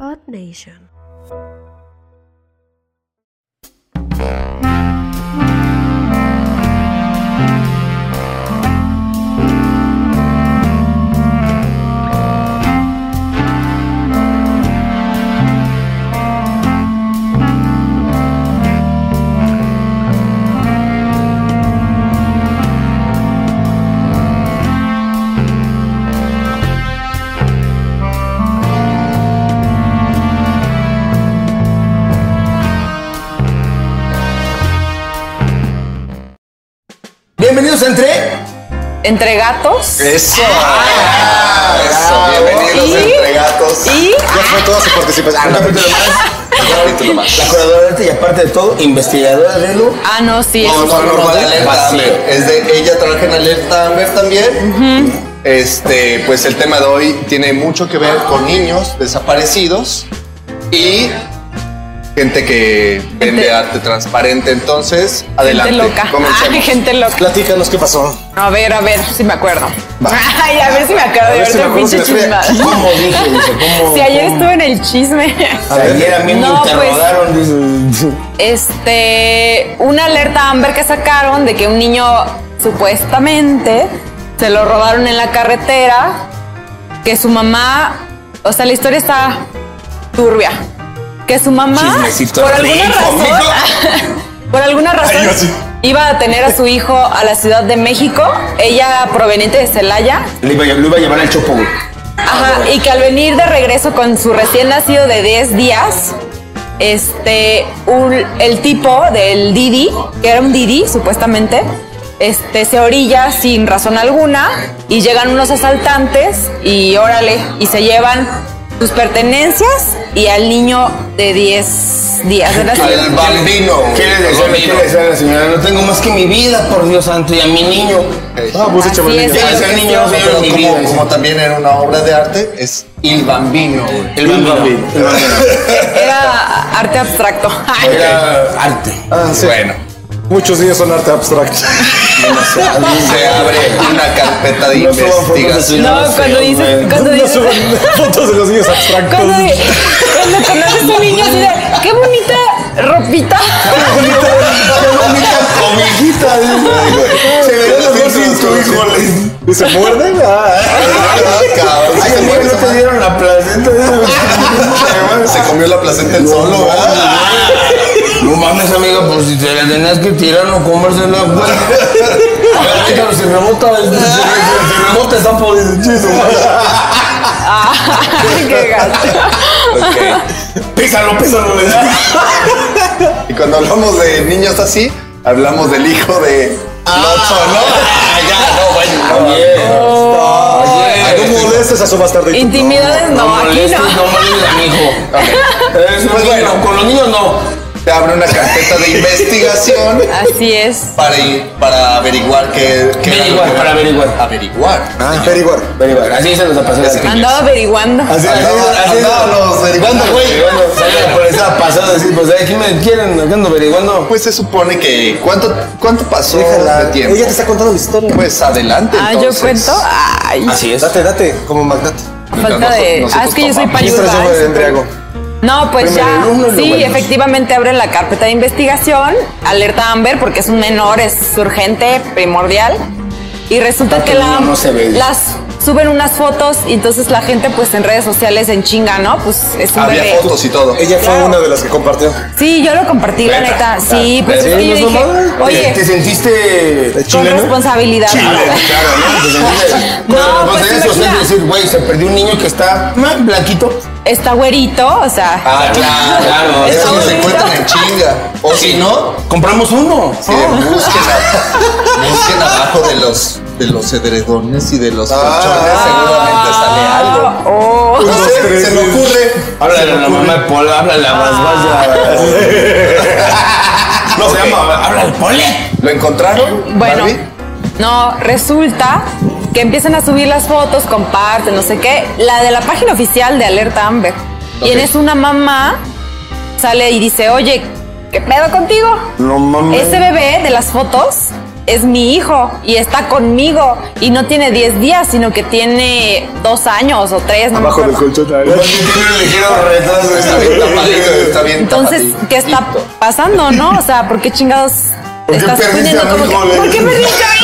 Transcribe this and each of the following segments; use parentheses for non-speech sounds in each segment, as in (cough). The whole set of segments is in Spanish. Earth Nation. Bienvenidos a Entre. Entre gatos. Eso. Ah, eso. Bienvenidos ¿Y? a Entre Gatos. ¿Y? Ya fue toda su participación. Ah, Un capítulo más. Un capítulo más. La curadora de arte y aparte de todo, investigadora de Reno. Ah, no, sí. No, eso no, sí. no, de Ah, Alerta sí. Amber. Es de ella trabaja en Alerta Amber también. Este, pues el tema de hoy tiene mucho que ver con niños desaparecidos y gente que vende arte transparente. Entonces, adelante. Gente loca. Ay, Comencemos. gente loca. Platícanos qué pasó. A ver, a ver si me acuerdo. Va. (laughs) Ay, a ver si me acuerdo de ver si me ahorita acuerdo si pinche me chisma. acuerdo. ¿Cómo dije? Dice, (laughs) ¿cómo? Si ayer estuve en el chisme. Ayer a mí me No, pues. interrogaron. dice, (laughs) Este, una alerta Amber que sacaron de que un niño supuestamente se lo robaron en la carretera, que su mamá, o sea, la historia está turbia. Que su mamá Chismecito por alguna rico, razón (laughs) por alguna razón Ay, yo sí. iba a tener a su hijo a la Ciudad de México, ella proveniente de Celaya. Le iba, a lle- lo iba a llevar el chopo, güey. Ajá, y que al venir de regreso con su recién nacido de 10 días, este, un- el tipo del Didi, que era un Didi supuestamente, este, se orilla sin razón alguna y llegan unos asaltantes y órale, y se llevan sus pertenencias y al niño de 10 días de nacido. Al bambino. güey. ¿Qué le decía, Bambino. ¿Qué le decía la señora? No tengo más que mi vida, por Dios santo, y a mi niño. Ah, pues Así échame el es, niño. es Ah, lo ese que niño no yo- se lleva Pero mi vida. como, como también era una obra de arte, es Il Bambino. güey. El bambino. El bambino. Era arte abstracto. Era arte. Ah, sí. Bueno, Muchos días son arte abstracto. (laughs) se abre una carpeta de No suban fotos de investigación. señoras No, cuando feas, dices- güey. cuando No dices- suban (laughs) fotos de los niños abstractos. (laughs) Cuando, cuando conoces a un niño así de, qué bonita ropita. (laughs) Comijita. Se ve los Mejor sin tu hijo. ¿Y se muerden? Ah, Ay, Ay, güey, güey, no te dieron la placenta. (laughs) Se comió la placenta el solo, ¿verdad? No mames, amiga, pues si te la tenías que tirar, no comérsela, güey. Pero si rebota, si- si- si rebota, está por qué gacho. Písalo, písalo, güey. (laughs) Y cuando hablamos de niños así, hablamos del hijo de Lotso, ¿no? Ah, ya, no, bueno. no. Ay, no molestes a su bastardito. Intimidades no, aquí molestes, no. no molestes a mi hijo. Pues Es un niño, bueno. con los niños no. Se abre una carpeta de investigación Así es. para, ir- para averiguar qué... qué era lo Averiguar, que- para averiguar. Averiguar. Ah, pero igual. Pero bueno, así se los apasiona. Ese niño. Andaba averiguando. Así, así, Andaba- así. andábamos averiguando, güey. Salga por esa pasada, decir, pues aquí me quieren, acá ando averiguando. Pues se supone que... ¿Cuánto, cuánto pasó de Déjala. tiempo? Ella te está contando la historia. Pues adelante, Ah, yo entonces. cuento. Ay, Así es. Date, date, como magnate. a falta de. Nosotros Ah, es que yo soy tomamos. Yo payuda. soy ay, de embriago. No, pues Primero ya. el uno y luego Sí, el dos. efectivamente abren la carpeta de investigación, alerta Amber porque es un menor, es urgente, primordial. Y resulta Ah, que que la, no, no se ve. las suben unas fotos y entonces la gente pues en redes sociales en chinga, ¿no? Pues es un bebé. Había fotos y todo. Ella fue Claro. una de las que compartió. Sí, yo lo compartí, la neta. Sí, pues es que yo ¿no, dije, mamá? ¿Te oye, sentiste con chileno? responsabilidad. (laughs) Claro, pues, ¿no? Te sentiste- No, Con pues responsabilidad social imagina. de decir, güey, se perdió un niño que está más blanquito. Está güerito, o sea. Ah, claro, claro. Está Eso se bonito. encuentran en chinga. O si no, Compramos uno. sí, busquen, (laughs) a- busquen abajo de los, de los edredones y de los Ah. colchones. Seguramente sale algo. Ah, Oh. No sé, se me ocurre. Háblale a la mamá de Polo, háblale a Basbas. No se llama. Háblale a Polo. ¿Lo encontraron? Bueno, Barbie? no, resulta que empiezan a subir las fotos, comparten, no sé qué. La de la página oficial de Alerta Amber. Y en eso una mamá sale y dice, oye, ¿qué pedo contigo? No mames. Ese bebé de las fotos es mi hijo y está conmigo y no tiene 10 días, sino que tiene dos años o tres. No me Abajo del acuerdo. colchón. Está bien tapadito, está bien Entonces, tapadito. ¿qué está pasando, no? O sea, ¿por qué chingados ¿Por qué estás perdiste poniendo a mi como hijo, que, le ¿Por qué dices? perdiste a mi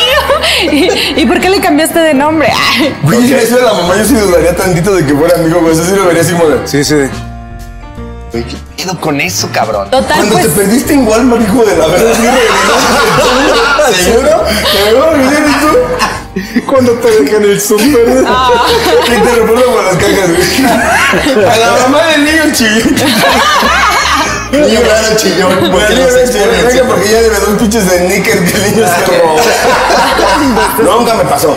hijo? (laughs) ¿Y, y por qué le cambiaste de nombre? Ay, Güey, si eso de la mamá, yo sí dudaría tantito de que fuera amigo, güey. Eso sí lo vería así como de. Sí, sí. Güey, ¿Qué pedo con eso, cabrón? Total, Cuando pues. te perdiste en Walmart, hijo de la verdad, ¿Seguro? ¿Seguro? ¿Bien y tú? Cuando te dejan el súper. Que te lo pongo con las cajas, güey. A la mamá del niño chillón. Niño raro chillón. ¿por qué Bueno, no se niño expone? venga porque ya le un pinche de níquel que el niño se robó. (laughs) Nunca me pasó.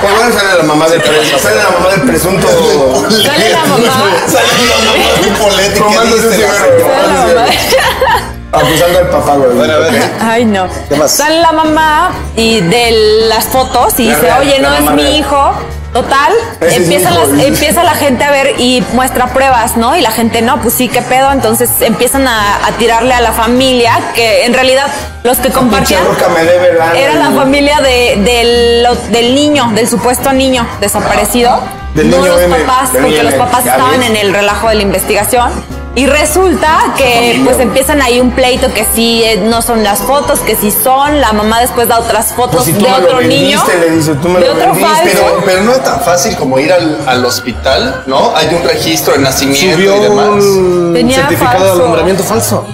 Pero bueno, sale la mamá del presunto. Sale la mamá del presunto. (laughs) Sale la mamá. Sale la mamá muy polete, ¿qué Tomándose un dice la cigarro. señora? Sale la mamá. Acusando al papá, güey. Bueno, a ver. Ay, no. ¿Qué más? Sale la mamá y de las fotos y La dice, real, oye, la no es mamá mi real. hijo. Total, Ese es mi empieza, hijo, las- dice. empieza la gente a ver y muestra pruebas, ¿no? Y la gente, no, pues sí, qué pedo. Entonces empiezan a, a tirarle a la familia, que en realidad los que compartían Nunca me debe lana, era la güey. familia de- del, lo- del niño, del supuesto niño desaparecido. Del no niño los M, papás, del porque niño los M, papás ¿ya estaban ves? en el relajo de la investigación. Y resulta que pues empiezan ahí un pleito que sí eh, no son las fotos, que sí son. La mamá después da otras fotos Pues si tú de me lo otro niño. vendiste, le dice, tú me de lo otro vendiste, Pero, falso. pero no es tan fácil como ir al, al hospital, ¿no? Hay un registro de nacimiento y demás. un Tenía certificado de falso. alumbramiento falso.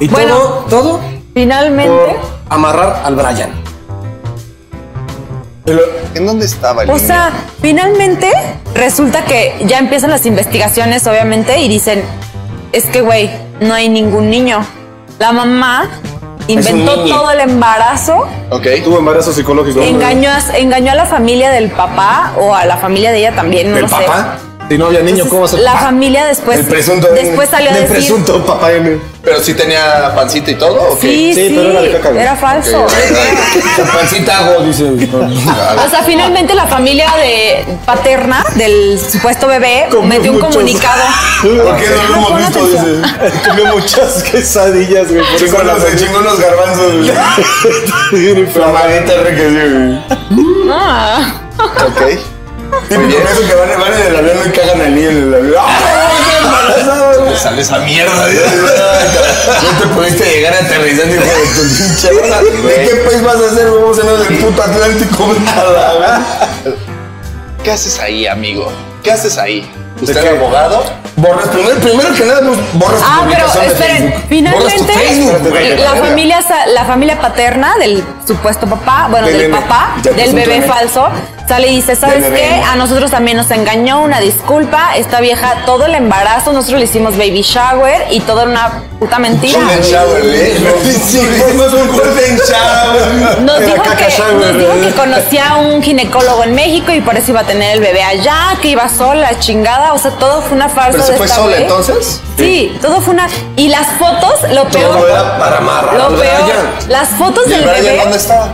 Y Bueno. todo, todo por Finalmente. amarrar al Brian. (laughs) ¿En dónde estaba el O Oh. niño? sea, finalmente resulta que ya empiezan las investigaciones, obviamente, y dicen, es que, güey, no hay ningún niño. La mamá inventó niño. todo el embarazo, ok. Tuvo embarazo psicológico. engañó a, engañó a la familia del papá o a la familia de ella también, no ¿El lo sé. papá? Si no había niño, Entonces, ¿cómo se la familia después, El presunto. después salió a De decir... presunto papá M. Pero sí tenía pancita y todo, ¿o qué? Sí, sí, Sí, pero era de caca, güey. era falso. (laughs) Ok, ok. Su pancita hago, dice. O sea, finalmente la familia de paterna del supuesto bebé Comió metió un muchos. comunicado. ¿Por qué no lo No, hemos pon Ah, visto? atención. Dice. Comió muchas quesadillas, güey. Por Chingó eso los, la chingó los garbanzos. güey. La manita re que sí, güey. Ah. Ok. Típico bien. eso que van, van en el avión y cagan al niño en el avión. ¡Ah, qué embarazada, güey! Le sale esa mierda. Ay, No te pudiste llegar aterrizando, hijo de tu pinche rola. ¿De qué país vas a ser? Vamos a ir del puto Atlántico. ¿Qué haces ahí, amigo? ¿Qué haces ahí? ¿Usted es abogado? Borras primero, primero que nada, pues, borras tu Ah, pero publicación de esperen, Facebook. Borras tu finalmente eh, Facebook, güey. la familia, sa- la familia paterna del supuesto papá, bueno, Del del nene. papá, Ya te del es un bebé nene. falso, sale y dice, ¿sabes Del bebé, qué? ¿no? A nosotros también nos engañó, una disculpa, esta vieja, todo el embarazo, nosotros le hicimos baby shower y todo era una puta mentira. Golden shower, ¿eh? Sí, hicimos un golden shower. Nos dijo, caca que, shower, nos dijo güey. que conocía a un ginecólogo en México y por eso iba a tener el bebé allá, que iba sola, chingada, o sea, todo fue una farsa ¿Pero se de fue esta sola güey. entonces? Sí, todo fue una... Y las fotos, lo peor... Todo era para amarrar. Lo al peor, Brian. las fotos ¿Y del el Brian dónde bebé. está?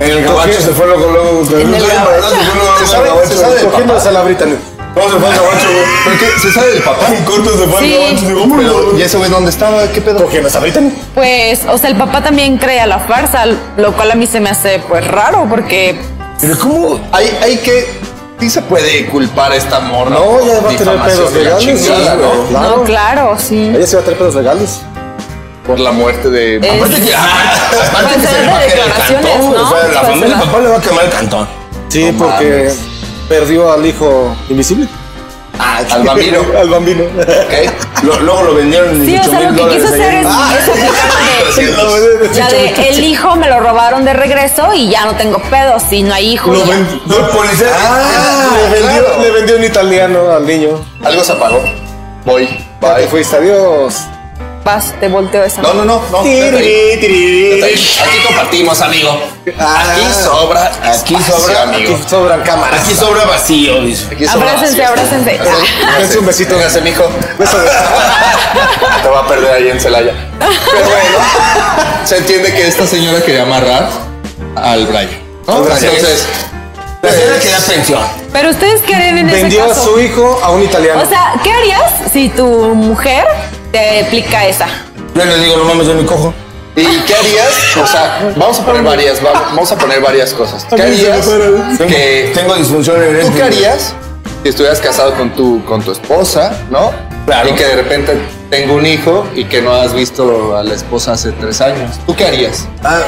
En el gabacho se fue loco, loco. con En el todo gabacho. embarazo, se fue loco, ¿Se sabe- loco, se gabacho. sabe del papá? Cogiéndose a la Brittany. ¿Cómo se fue el gabacho, güey? ¿Pero qué? ¿Se sabe del papá? En corto se fue Sí. el gabacho. Digo, Pero, ¿Y pero- ese güey dónde estaba? ¿Qué pedo? Cogiéndose a Brittany. Pues, o sea, el papá también creía la farsa, lo cual a mí se me hace pues raro porque Pero ¿cómo? Hay, hay que... Sí se puede culpar a esta morra. No, por ya va a tener difamación pedos y la legales, chingada, sí, ¿no? güey. Claro. no, claro, sí. Ella se va a traer pedos legales. Por la muerte de... Es- Aparte que... Aparte que Falsedad se de va a quedar el declaraciones, cantón, ¿no? O sea, la Falsedad. familia del papá le va a quemar el cantón. Sí, No porque mames. perdió al hijo invisible. Ah, Al vampiro. (laughs) al bambino. ¿Ok? Lo- Luego lo vendieron en Sí, o 18 sea, mil lo que quiso hacer dólares. ahí. es, es aplicar (laughs) la de, la de el hijo me lo robaron de regreso y ya no tengo pedos y no hay hijos. Lo ven- no, el policía. Ah, le, vendió, claro. le vendió un italiano al niño. Algo se apagó. Voy. Ya te Bye. fuiste, adiós. Vas, te volteo esa. No, no, no, no. vete ahí. Vete ahí. Aquí compartimos, amigo. Aquí Ah. sobra. Aquí sobra, amigo. Aquí sobran cámaras. (laughs) Aquí sobra vacío, dice. Aquí sobra Abrácense, vacío. abrácense. (laughs) Abrácense. Dense un besito. Véngase, mijo. (laughs) Te va a perder ahí en Celaya. Pero bueno, se entiende que esta señora quería amarrar al Brian. ¿no? Gracias. Entonces, La señora que da pensión. Pero ustedes qué harían en ese Vendió a caso. su hijo a un italiano. O sea, ¿qué harías si tu mujer te aplica esa? Yo le digo, no mames, yo ni cojo. ¿Y qué harías? O sea, vamos a poner varias, va- vamos a poner varias cosas. ¿Qué harías? Que, Tengo disfunción ¿Tú qué eréctil. harías si estuvieras casado con tu, con tu esposa, no? Claro. Y que de repente tengo un hijo y que no has visto a la esposa hace tres años. ¿Tú qué harías? Ah,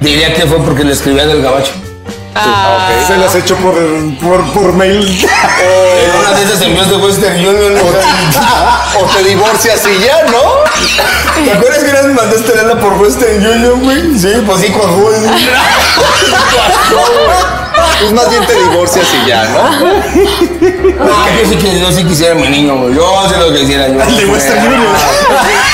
diría que fue porque le escribía del gabacho. Se las hecho por, por, por mail. (laughs) En una de esas envíos de Western Union. O te divorcias y ya, ¿no? ¿Te acuerdas que una vez mandaste lana por Western Union, güey? Sí, pues sí, con Julio. Pues más bien te divorcias y ya, ¿no? No, yo sí, que, yo sí quisiera a mi niño, güey. Yo sí lo quisiera yo. de Western Union. (laughs)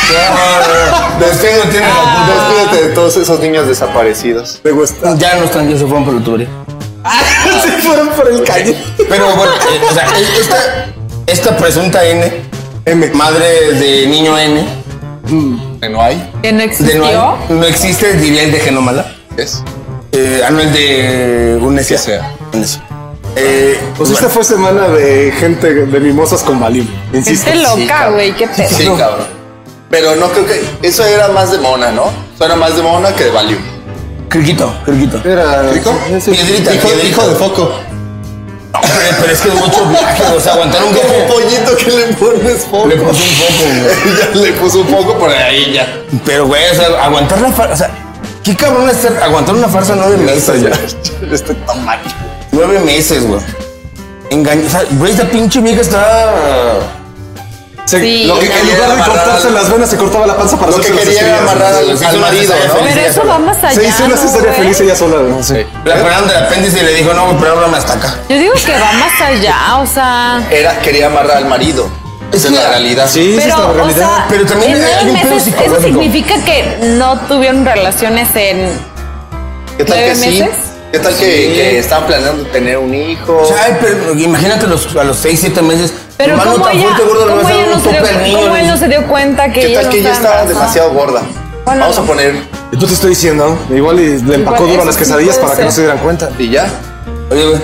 No, no, no. Despeño tiene la Despídete de todos esos niños desaparecidos. De Western. culpa. Ya no están, ya se fueron por el tubería. (laughs) Se fueron por el calle. Pero bueno, eh, o sea, e- esta, esta presunta N, M. madre de niño N, Que no hay. ¿Que no de existió? no, no existe, diría el de Genomala. Es. Eh, ah, no, el de Unesia. Que sea. Unesia. Eh, Pues bueno, esta fue semana de gente de mimosas con Valim. Insisto. Gente loca, cabrón. güey, qué pedo. Sí, cabrón. Pero no creo que. Eso era más de mona, ¿no? Eso era más de mona que de value. Criquito, Criquito. Era. ese- Piedrita, Hijo, piedrita. hijo de foco. No, pero, pero es que es mucho viaje, o sea, aguantar un Como un poco. pollito que le pones foco. Le puse un poco, güey. (laughs) ya le puso un poco por ahí ya. Pero, güey, o sea, aguantar la farsa, o sea, qué cabrón es ser- aguantar una farsa nueve meses, güey. Este tamaño. Nueve meses, güey. Engañar, o sea, güey, esta pinche vieja está... se- Sí. Lo que Lo que en quería lugar de amarrar cortarse al- las venas, se cortaba la panza para Lo que hacerse las quería era cesáreas. amarrar al, al marido, Pero ¿no? eso va más allá. Se hizo una ¿no, cesárea güey? feliz ella sola. ¿no? Sí. La operaron del apéndice y le dijo, no, güey, pero háblame hasta acá. Yo digo que va más allá, o sea. Era, quería amarrar al marido. Esa es la realidad. Sí, esa es la Pero, o realidad. sea, Pero también en hay nueve un pedo meses, eso psicológico. significa que no tuvieron relaciones en. ¿Qué tal que ¿Nueve sí? meses? ¿Qué tal que, que estaban planeando tener un hijo? O sea, ay, pero imagínate los- a los seis, siete meses. Pero tu mano como tan ella, fuerte, gordo, le cómo vas a dar ella un no se dio, tope al niño, cómo le él no se dio cuenta que ¿Qué ella tal no que ella estaba embarazada? demasiado gorda? Bueno, Vamos a no. poner Yo te estoy diciendo, igual y le empacó Igual duro a las eso sí quesadillas puede para que no ser. se dieran cuenta. y ya. Oye, güey,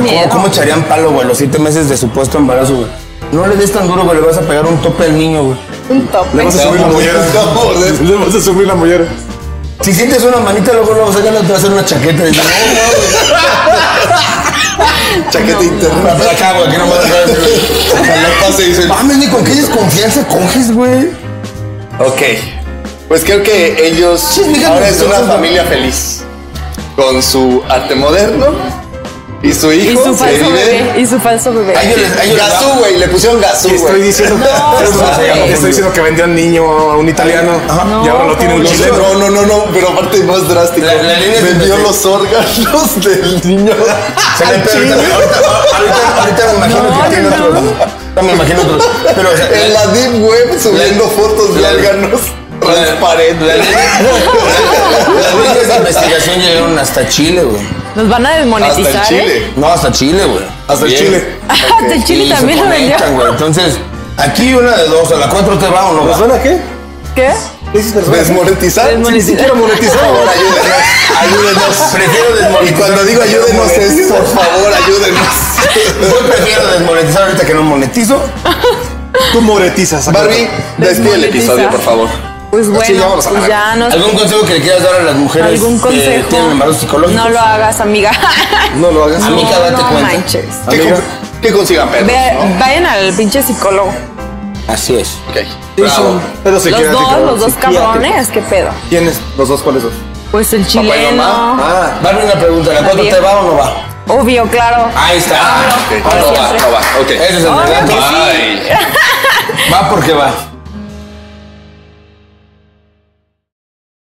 Qué ¿cómo, miedo. ¿cómo echarían palo, güey, los siete meses de supuesto embarazo, güey? No le des tan duro, güey, le vas a pegar un tope al niño, güey. Un Le tope. vas a subir la Vamos, mollera. vamos. Le vas a subir la mollera. Si sientes una manita, luego, luego, sácala, te va a hacer una chaqueta. Y dices, no, Chaqueta (laughs) interna. no, güey, acá, güey, aquí no me vas a dejar hacer Ojalá pase y dice, Mames, ni con qué desconfianza coges, güey. (laughs) Ok. Pues creo que ellos díganme, ahora es una ¿no? familia feliz. Con su arte moderno y su hijo. Y su que falso vive- bebé. Y su falso Ay, yo bebé. les- ay, yo les- Gazú, güey. Le pusieron gasú, Y estoy güey. diciendo, No, (laughs) estoy- güey. estoy diciendo que vendió un niño a un italiano No, y ahora lo tiene un pobre. chileno. No, no, no, no, pero aparte más drástico. La- la línea es Vendió donde- los órganos (laughs) del niño. Se le al pega. chino. Ahorita, ahorita, ahorita me imagino No, que tiene no, otro. No, me imagino otro. Pero, o sea, En la deep web subiendo fotos de la- órganos transparentes. la- las líneas de investigación llegaron hasta Chile, güey. Nos van a Hasta en desmonetizar, ¿eh? Chile. No, hasta Chile, güey. Hasta en Bien. Chile. (laughs) Hasta el Y Chile se también lo vendió. conectan, güey. Entonces, aquí una de dos, a la cuatro te va o no ¿Nos va. van a qué? ¿Qué? ¿Qué dices, personas? Desmonetizar. Ni siquiera monetizar. Por favor, ayúdenos. Ayúdenos. Prefiero Y desmonetizar. cuando digo ayúdenos es, por favor, ayúdenos. Yo prefiero desmonetizar ahorita que no monetizo. Tú monetizas. acá. Barbie, despide el Desmonetiza. episodio, por favor. Pues bueno, vámonos a la pues ya nos. ¿Algún consejo que le quieras dar a las mujeres ¿Algún que tienen consejo? embarazos psicológicos? No lo hagas, amiga. No lo hagas. Amiga, No, date no cuenta. manches. Que, Amiga. con- que consigan perros. Ve- ¿no? Vayan al pinche psicólogo. Así es. Ok, Eso. Bravo. Pero se Los quiere dos, anticabrón, los dos psiquiátrico. cabrones, qué pedo. ¿Quiénes? ¿Los dos cuáles dos? Pues el Papá y mamá. chileno. Ah, Barbie, una pregunta, ¿la cuatro Adiós. te va o no va? Obvio, claro. Ahí está. ok. No va, no va. Ok. Ese es el Obvio relato. que sí. Ay. Va porque va.